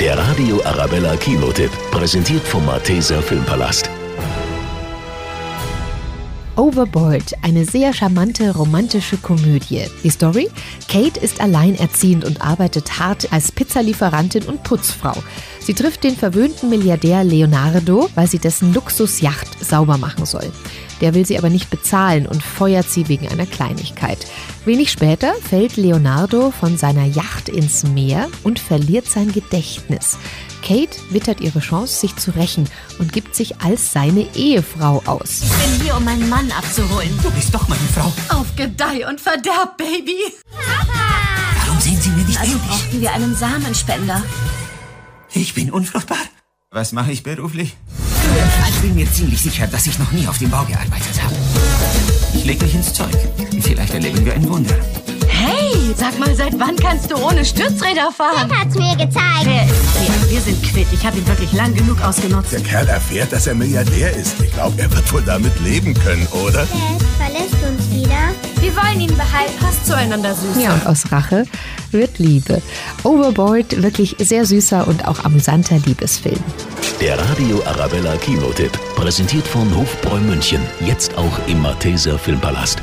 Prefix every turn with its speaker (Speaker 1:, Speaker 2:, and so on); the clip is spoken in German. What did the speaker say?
Speaker 1: Der Radio Arabella Kinotipp, präsentiert vom Malteser Filmpalast.
Speaker 2: Overboard, eine sehr charmante romantische Komödie. Die Story? Kate ist alleinerziehend und arbeitet hart als Pizzalieferantin und Putzfrau. Sie trifft den verwöhnten Milliardär Leonardo, weil sie dessen Luxusjacht sauber machen soll. Der will sie aber nicht bezahlen und feuert sie wegen einer Kleinigkeit. Wenig später fällt Leonardo von seiner Yacht ins Meer und verliert sein Gedächtnis. Kate wittert ihre Chance, sich zu rächen und gibt sich als seine Ehefrau aus.
Speaker 3: Ich bin hier, um meinen Mann abzuholen.
Speaker 4: Du bist doch meine Frau.
Speaker 3: Auf Gedeih und Verderb, Baby.
Speaker 4: Warum sehen Sie mir nicht
Speaker 3: Also oh.
Speaker 4: ähnlich?
Speaker 3: brauchten wir einen Samenspender.
Speaker 4: Ich bin unfruchtbar. Was mache ich beruflich? Ich bin mir ziemlich sicher, dass ich noch nie auf dem Bau gearbeitet habe. Ich leg mich ins Zeug. Vielleicht erleben wir ein Wunder.
Speaker 3: Hey, sag mal, seit wann kannst du ohne Stützräder fahren?
Speaker 5: hat's mir gezeigt.
Speaker 3: Wer ist hier? äh, Wir sind quitt. Ich habe ihn wirklich lang genug ausgenutzt.
Speaker 6: Der Kerl erfährt, dass er Milliardär ist. Ich glaube, er wird wohl damit leben können, oder?
Speaker 5: Dad verlässt uns wieder.
Speaker 3: Wir wollen ihn behalten. Passt zueinander, Süß.
Speaker 2: Ja, und aus Rache wird Liebe. Overboard, wirklich sehr süßer und auch amüsanter Liebesfilm.
Speaker 1: Der Radio Arabella Kinotipp, präsentiert von Hofbräu München, jetzt auch im Malteser Filmpalast.